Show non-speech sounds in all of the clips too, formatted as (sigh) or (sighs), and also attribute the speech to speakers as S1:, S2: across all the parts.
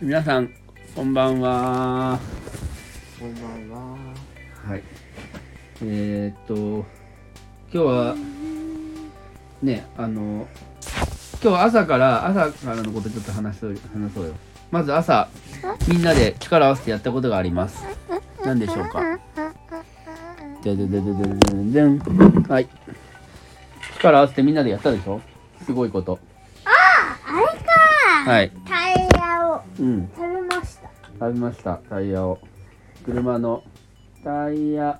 S1: 皆さんこんばんは
S2: こんばんは。
S1: はいえー、っと今日はねあの今日朝から朝からのことちょっと話そう話そうよまず朝みんなで力を合わせてやったことがあります何でしょうかじゃじゃじゃじゃじゃじゃじゃんはい力を合わせてみんなでやったでしょすごいこと
S3: あれか
S1: はい
S3: タイヤを
S1: うん
S3: 食べました
S1: 食べましたタイヤを車のタイヤ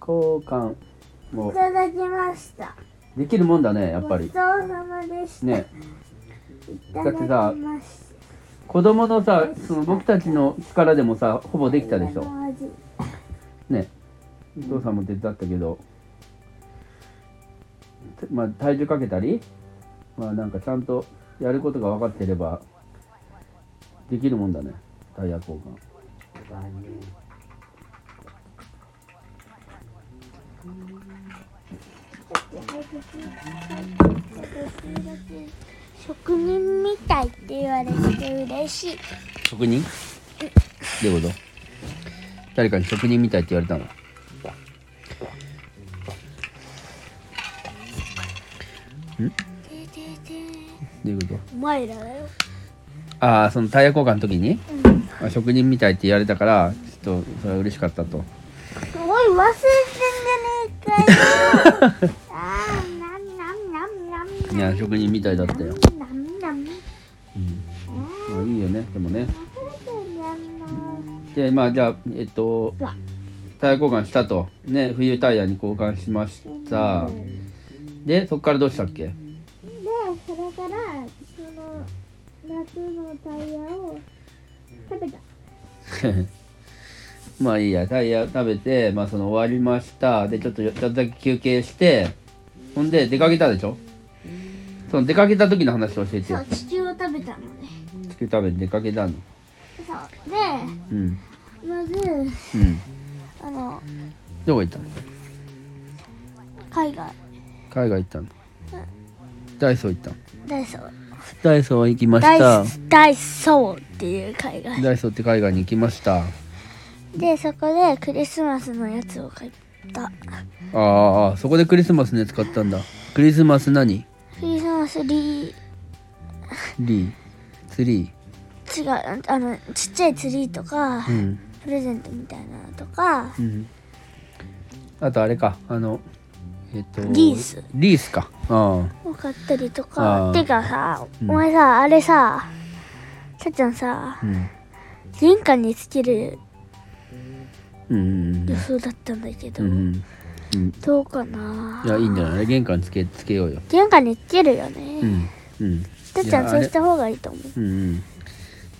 S1: 交換も
S3: いただきました
S1: できるもんだねやっ
S3: ご
S1: ぱ
S3: ち
S1: り
S3: そうさまでした、
S1: ね
S3: いただきまし
S1: 子供のさその僕たちの力でもさほぼできた
S3: た
S1: でしょ
S3: この味
S1: ねお父さんも手伝ったけど、まあ体重かけたりまあなんかちゃんとやることが分かってればできるもんだねタイヤ交換
S3: 職人みたいって言われて嬉しい
S1: 職人どういうこと誰かに職人みたいって言われたのど
S3: ててて
S1: ういうこと
S3: お前らだよ
S1: ああそのタイヤ交換の時に、まあ職人みたいって言われたからちょっとそれは嬉しかったと
S3: おい忘れてんじゃねえかよあーなんなんなんなんな
S1: い
S3: ん
S1: や職人みたいだったよ、
S3: なんなん
S1: まあ、いいよねでもね
S3: 忘れてんじゃん
S1: でまあじゃあえっとタイヤ交換したとね冬タイヤに交換しましたでそこからどうしたっけ
S3: でそれからその夏のタイヤを食べた
S1: (laughs) まあいいやタイヤ食べて、まあ、その終わりましたでちょっとちょっとだけ休憩してほんで出かけたでしょその出かけた時の話を教えて
S3: そう
S1: よ
S3: 地球を食べたのね
S1: 地球食べに出かけたの
S3: そうで
S1: うん
S3: まず
S1: うん
S3: あの
S1: どこ行ったの
S3: 海外
S1: 海外行ったのダイソー行ったの
S3: ダイソー
S1: ダイソー行きま
S3: ダ
S1: し
S3: イ
S1: た
S3: ダイソーっていう海外
S1: ダイソーって海外に行きました
S3: でそこでクリスマスのやつを買った
S1: あーあーそこでクリスマスのやつ買ったんだクリスマス何
S3: クリスマスリー
S1: リーツリ
S3: 違うあのちっちゃいツリーとか
S1: ーうん
S3: プレゼントみたいなのとか
S1: うんあとあれかあのえっと
S3: リース
S1: リースかああ
S3: を買ったりと
S1: あー
S3: かてかさお
S1: うん
S3: 前さあれささっちゃんさ
S1: うん
S3: 玄関につける
S1: うん
S3: 予想だったんだけ
S1: う
S3: ど、
S1: んうんうん
S3: どうかない
S1: やいいんじゃない玄関つけつけようよ
S3: 玄関につけるよ
S1: う
S3: ね
S1: んうん
S3: たっちゃ
S1: い
S3: ん
S1: や
S3: そうした方がいいと思
S1: う
S3: う
S1: んうん、だ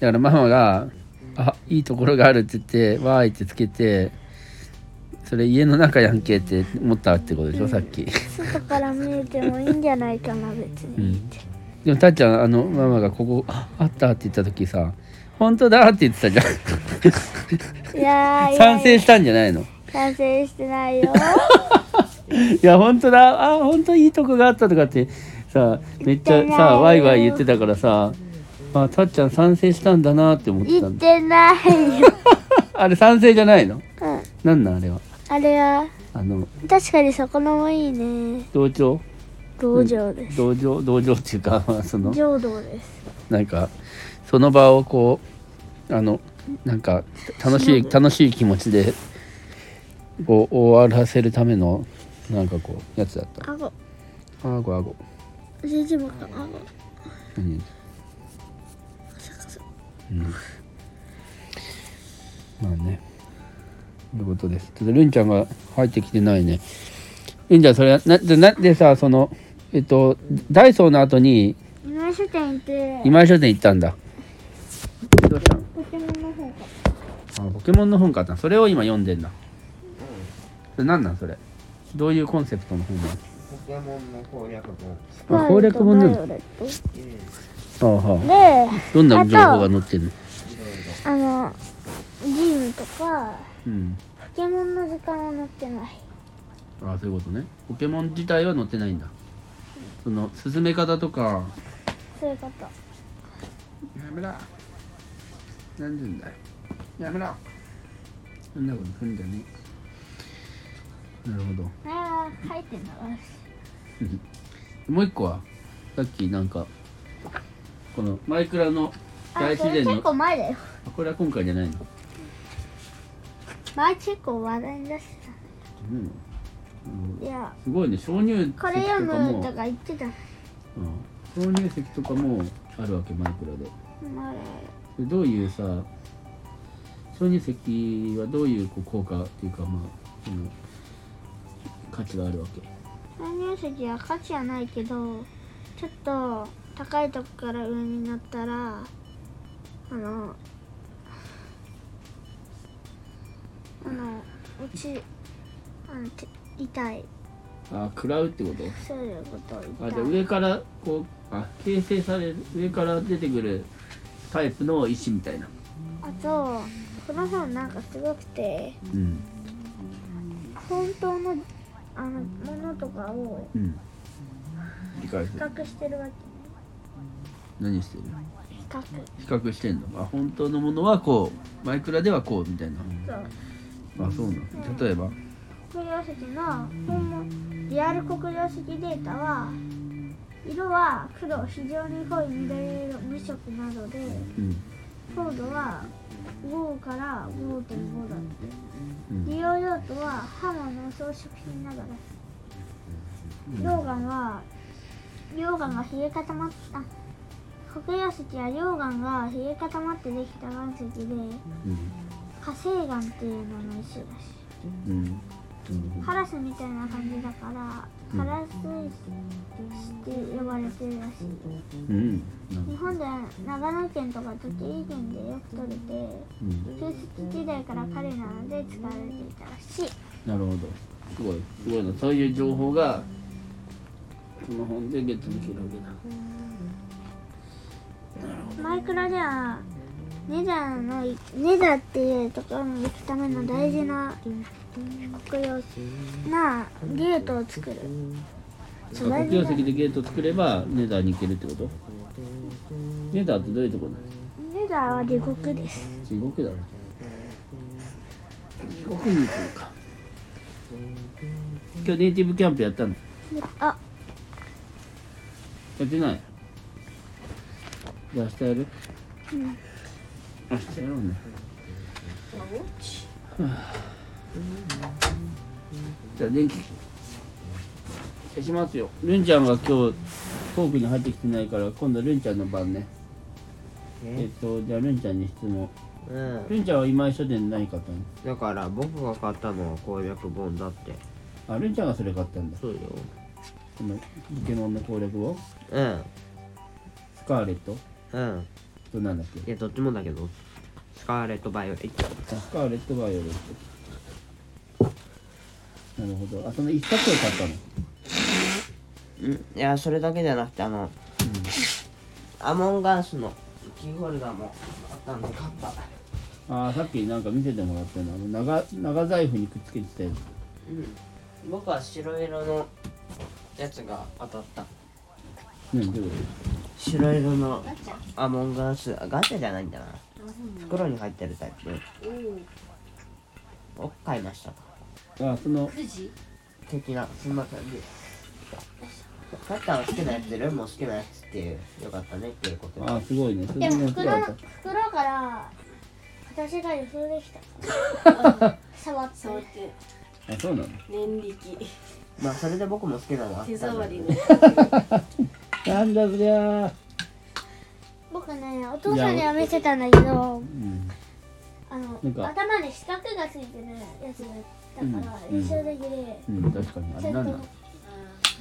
S1: からママが「あいいところがある」って言って「わーい」ってつけてそれ家の中やんけって思ったってことでしょ、さっき
S3: 外から見えてもいいんじゃないかな別にって、
S1: でもたっちゃんあのママがここ「ああった」って言った時さ「本当だ」って言ってたじゃん (laughs)
S3: いやーいやいや
S1: 賛成したんじゃないの
S3: 賛成してない
S1: (laughs)
S3: よ
S1: いや本当だあ本当いいとこがあったとかってさめっちゃ
S3: 言ってない
S1: さ
S3: よ
S1: ワイワイ言ってたからさあたっちゃん賛成したんだなって思ってた
S3: 言っ
S1: んだ
S3: てないよ、
S1: あれ賛成じゃないの
S3: うん、
S1: なんなんあれは
S3: あれは
S1: あの
S3: 確かに魚もいいね
S1: 同調
S3: 道場です、
S1: 同情同情っていうかまあその
S3: 浄土です
S1: なんかその場をこうあのなんか楽しい楽しい気持ちでこう終わらせるためのなんかこうやつだった
S3: あご
S1: あごあご
S3: ジジもかあご
S1: うんうんまあねということですちょっとるんちゃんが入ってきてないねるんちゃんそれはなでなんでさそのえっとダイソーの後に
S3: 今井書店行って
S1: 今井書店行ったんだどうしたの
S3: ポケモンの方が
S1: あポケモンの本買ったそれを今読んでんだそれ何なんそれどういうコンセプトの本な
S2: ポケモンの攻略本。
S1: のあ攻略本なの
S3: で
S2: うん。
S1: ああはあどんな情報が載ってるの
S3: あのゲームとか
S1: うん
S3: ポケモンの時間は載ってない
S1: ああそういうことねポケモン自体は載ってないんだその進め方とか
S3: そういうこと
S1: やめだなんでんだよやめろそんなことするんじゃねえなるほど
S3: あー入ってんだわ
S1: もう一個はさっきなんかこのマイクラの
S3: あ
S1: 大
S3: そ
S1: 自
S3: れ
S1: 然
S3: 結
S1: の
S3: 構前だよ
S1: あこれは今回じゃないの
S3: 前結構話題に出して
S1: うん
S3: たいや
S1: すごいね鍾乳石と
S3: こ
S1: か
S3: れ読む
S1: も
S3: とか言ってた
S1: うん、鍾乳石とかもあるわけマイクラで
S3: まあ
S1: でどういうさ鍾乳石はどういうこう効果っていうかまあその価値があるわけ
S3: 鍾乳石は価値はないけどちょっと高いとこから上になったらあのあのうちあのて痛い
S1: あ食らうってこと
S3: そういうことを言
S1: あ
S3: っ
S1: じ
S3: た
S1: ゃあ上からこうあ形成される上から出てくるタイプの石みたいな
S3: あとこの本なんかすごくて
S1: うん
S3: 本当のあのものとかを
S1: うん理解し
S3: 比
S1: てる
S3: 較してるわけ
S1: 何してる
S3: 比較
S1: 比較してんのあ本当のものはこうマイクラではこうみたいな
S3: そう
S1: あそうなの例えば
S3: 黒曜石の本物リアル黒曜石データは色は黒非常に濃い緑色無色などで
S1: うん
S3: 糖度は5から5.5だっ
S1: うん
S3: て利用用途は刃物装飾品などです溶岩は溶岩が冷え固まった黒曜石は溶岩が冷え固まってできた岩石で火成岩っていう名の石だし
S1: うんうんうん
S3: カラスみたいな感じだからカラス石って呼ばれてるらしい
S1: うんなる
S3: 日
S1: ほ
S3: 本では長野県とか栃木県でよく取れて
S1: どうん
S3: 旧石時代から彼らで使われていたらしい
S1: なるほどすごいすごいなそういう情報がこの本でゲットできるわけだ
S3: マイクラではネダのネダっていうところに行くための大事な国用なゲートを作るそう
S1: 黒
S3: 大事
S1: 曜
S3: な
S1: 石でゲートを作ればネダーに行けるってことネダーってどういうとこなの
S3: ネダは地獄です
S1: 地獄だろ地獄に行くのか今日ネイティブキャンプやったの
S3: あ
S1: やってないじゃあ明日やる、明日やろうねじゃあ電気消しますよルンちゃんが今日トークに入ってきてないから今度ルンちゃんの番ねえっ
S2: え
S1: とじゃあルンちゃんに質問
S2: うん
S1: ルンちゃんは今井書店で何買ったの
S2: だから僕が買ったのは攻略本だって
S1: あルンちゃんがそれ買ったんだ
S2: そうよ
S1: このポケモンの攻略を
S2: うん
S1: スカーレット
S2: うん
S1: となんだっけ
S2: いやどっちもだけどスカーレットバイオレット
S1: あスカーレットバイオレットなるほどあその一冊を買ったの
S2: うんいやそれだけじゃなくてあの、アモンガースのキーホルダーもあったんで買った
S1: ああさっきなんか見せてもらったのあの長長財布にくっつけてたやつ
S2: うん僕は白色のやつが当たった
S1: 何どういうこ
S2: 白色のアモンガースあガチャじゃないんだな袋に入ってるタイプを買いました
S1: とあーその
S2: 的なそんな感じカッターは好きなやつでルンも好きなやつっていうよかったねっていうこと
S1: あーすごいねそれ
S3: で
S1: も
S3: も
S1: すごい
S3: 袋袋から私が予想できた
S1: (laughs)
S3: 触って
S4: 触って
S1: あそうなの
S4: 念力
S2: まあそれで僕も好きなのがあった
S4: 手
S2: んだ
S4: 触り
S2: けど
S4: の
S1: なんだそりゃー
S3: 僕ねお父さんには見せたんだけど
S1: うん
S3: あの
S1: なんか
S3: 頭に四角がついてるやつがだから
S1: うん
S3: 印象的で
S1: うん確かにあ
S3: ち
S1: れ
S3: ゃ
S1: なんん
S3: と
S1: なの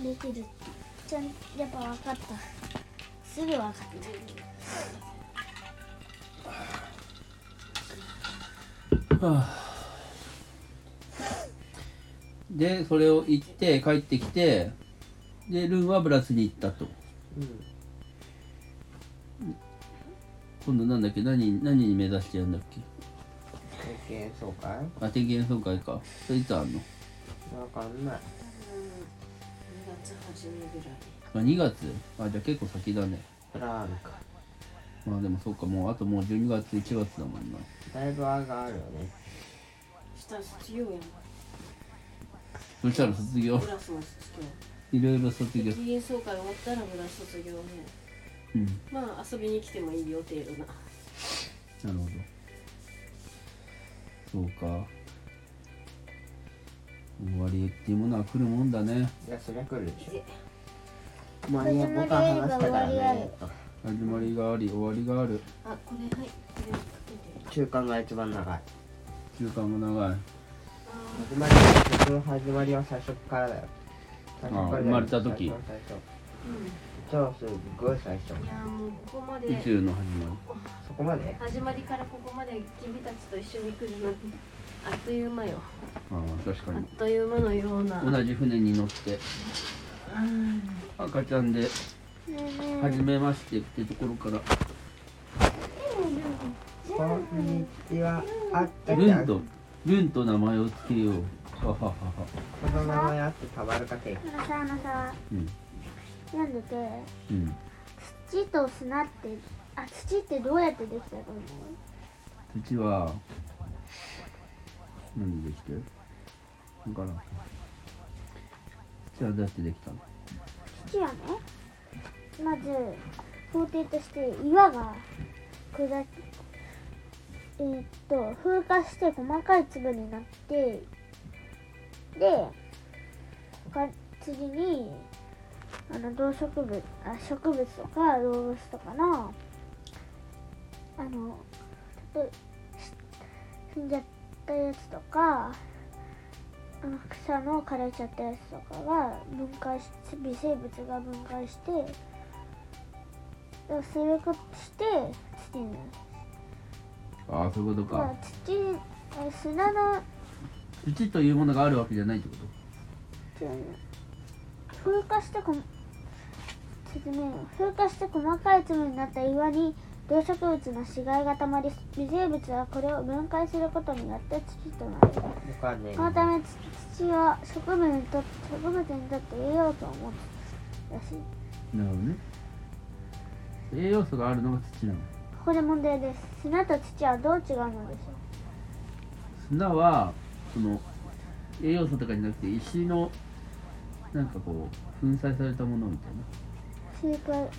S3: できるちゃんやっぱ分かったすぐ分かった
S1: でそれを行って帰ってきてでルンはブラスに行ったと
S2: うん
S1: 今度なんだっけ何何に目指してやるんだっけ
S2: 経験そうかい
S1: あ定期演奏会かそれいつあんの
S2: わかんない
S4: 2月初めぐらい
S1: あ2月あじゃあ結構先だね
S2: それはあるか
S1: まあでもそうかもうあともう12月1月だもんな
S2: だいぶあがあるよね
S4: したら卒業やん
S1: そしたら卒業
S4: ブラスも卒
S1: いろいろ卒業
S4: 業議員総会終わったらブラス卒業ね
S1: うんな
S4: まあ遊びに来てもいいよ程度な
S1: るほどそうか終わりっていうものは来るもんだね
S2: いやそりゃ来るでしょまあね僕は話したからね
S1: 始まりがあり終わりがある
S4: あこれはいこれかけて
S2: 中間が一番長い
S1: 中間も長い
S2: 始まりは僕の始まりは最初からだよ最初からだよ
S1: あ生まれた時
S2: 最初最初
S4: う
S2: そうそうすごい最初
S4: んいやもうここま
S1: 宇
S4: で
S1: 宙の始ま
S2: そこまで
S4: 始まりからここまで君たちと一緒に来るのにあっという間よ
S1: りああ確か
S4: あっ
S1: に
S4: という間のような
S1: 同じ船に乗って赤ちゃんで
S3: ねえねえ
S1: 初めましてってところから
S2: こんにちはあったじ
S1: ル
S2: ゃ
S1: ン
S2: んこ
S1: とルンと名前をつけようはははは
S2: の名前あってたまるかけ
S3: あのさあのさ
S1: うん
S3: 読んでて
S1: うん
S3: 土と砂ってあ土ってどうやってできたと思う
S1: 土は何でできてるだからん土はどうやってできたの
S3: 土はねまず工程として岩が砕けえーっと風化して細かい粒になってでか次にあの動植物あ植物とか動物とかのあのちょっとし死んじゃったやつとかあの草の枯れちゃったやつとかが分解し微生物が分解して生育して土になる
S1: ああそういうこと
S3: だか
S1: から
S3: 土え砂の
S1: 土というものがあるわけじゃないってこ
S3: 違うな風化してこ説明を風化して細かい粒になった岩に動植物の死骸がたまり微生物はこれを分解することによって土となる
S2: 僕はね
S3: このため土は植物にと植物にとって栄養素を持つらしい
S1: となるほどね栄養素があるのが土なの
S3: ここで問題です砂と土はどう違うのでしょ
S1: 砂はその栄養素とかじゃなくて石のなんかこう粉砕されたものみたいな
S3: う正解
S1: うん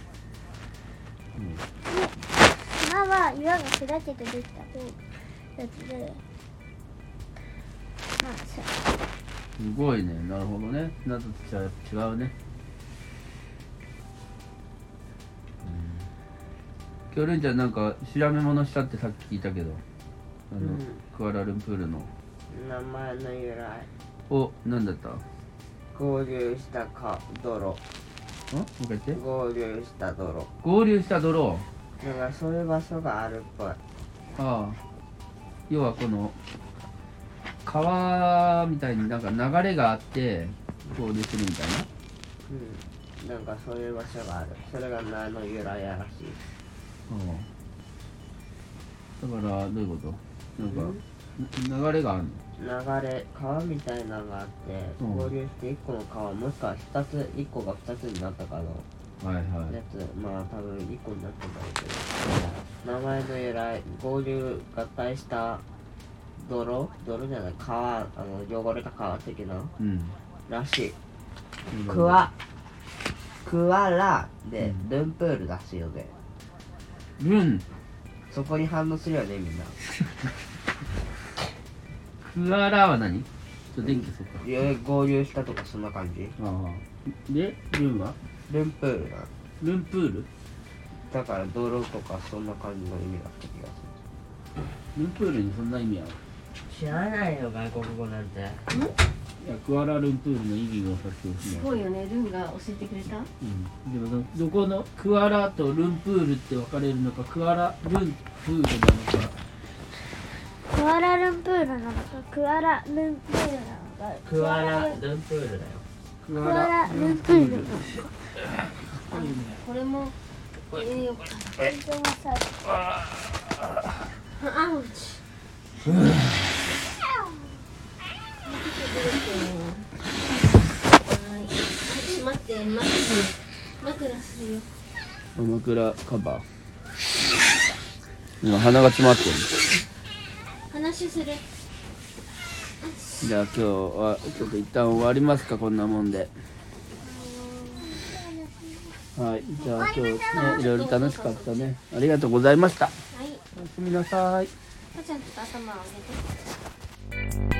S3: 砂は岩が砕けてできたやつでまあそう
S1: すごいねなるほどね砂と土は違うね、うん、今日るんちゃんなんか調べ物したってさっき聞いたけどあの、
S2: うん
S1: クアラルンプールの
S2: 名前の由来
S1: お何だったん
S2: 合流したか泥
S1: もう一回言って
S2: 合流した泥
S1: 合流した泥
S2: だからそういう場所があるっぽい
S1: ああ要はこの川みたいになんか流れがあって合流するみたいな
S2: うんなんかそういう場所があるそれが名の由来やらしい
S1: うんだからどういうことなんか、な流れがあるの
S2: 流れ川みたいなのがあって
S1: うん
S2: 合流して1個の川もしくは2つ1個が2つになったかの
S1: はいはい
S2: やつまあ多分1個になってたんだけど名前の由来合流合体した泥泥じゃない川あの汚れた川的な
S1: うん
S2: らしいクワクアラでルンプールらしいよね
S1: ルン
S2: そこに反応するよねみんな
S1: クアラは何ちょっと電気消そうか、
S2: え合流したとかそんな感じ
S1: ああでルンは
S2: ルンプールな
S1: ルンプール
S2: だから泥とかそんな感じの意味だった気がす
S1: ルンプールにそんな意味ある
S2: る知らないよ外国語なんて
S1: いやクアラルンプールの意義をさっき教
S4: すごいよねルンが教えてくれた
S1: うん、でもどこのクアラとルンプールって分かれるのかクアラルンプールなのか
S3: クアラルンプールなのかクアラルンプールなのか
S2: クアラルンプールだよ
S1: ク
S3: クアラルンプールなのか
S4: これも栄養価
S3: 全然わかんない
S4: アウチ (sighs) はいちょっと待ってマックマクラするよ
S1: 枕カバー
S2: 今鼻が詰まってる
S4: 話する
S2: じゃあ今日はちょっと一旦終わりますかこんなもんではいじゃあ今日ねいろいろ楽しかったねありがとうございました
S4: はい
S2: おやすみなさい
S4: 母ちゃんちょっと頭を上げ
S5: 「
S4: て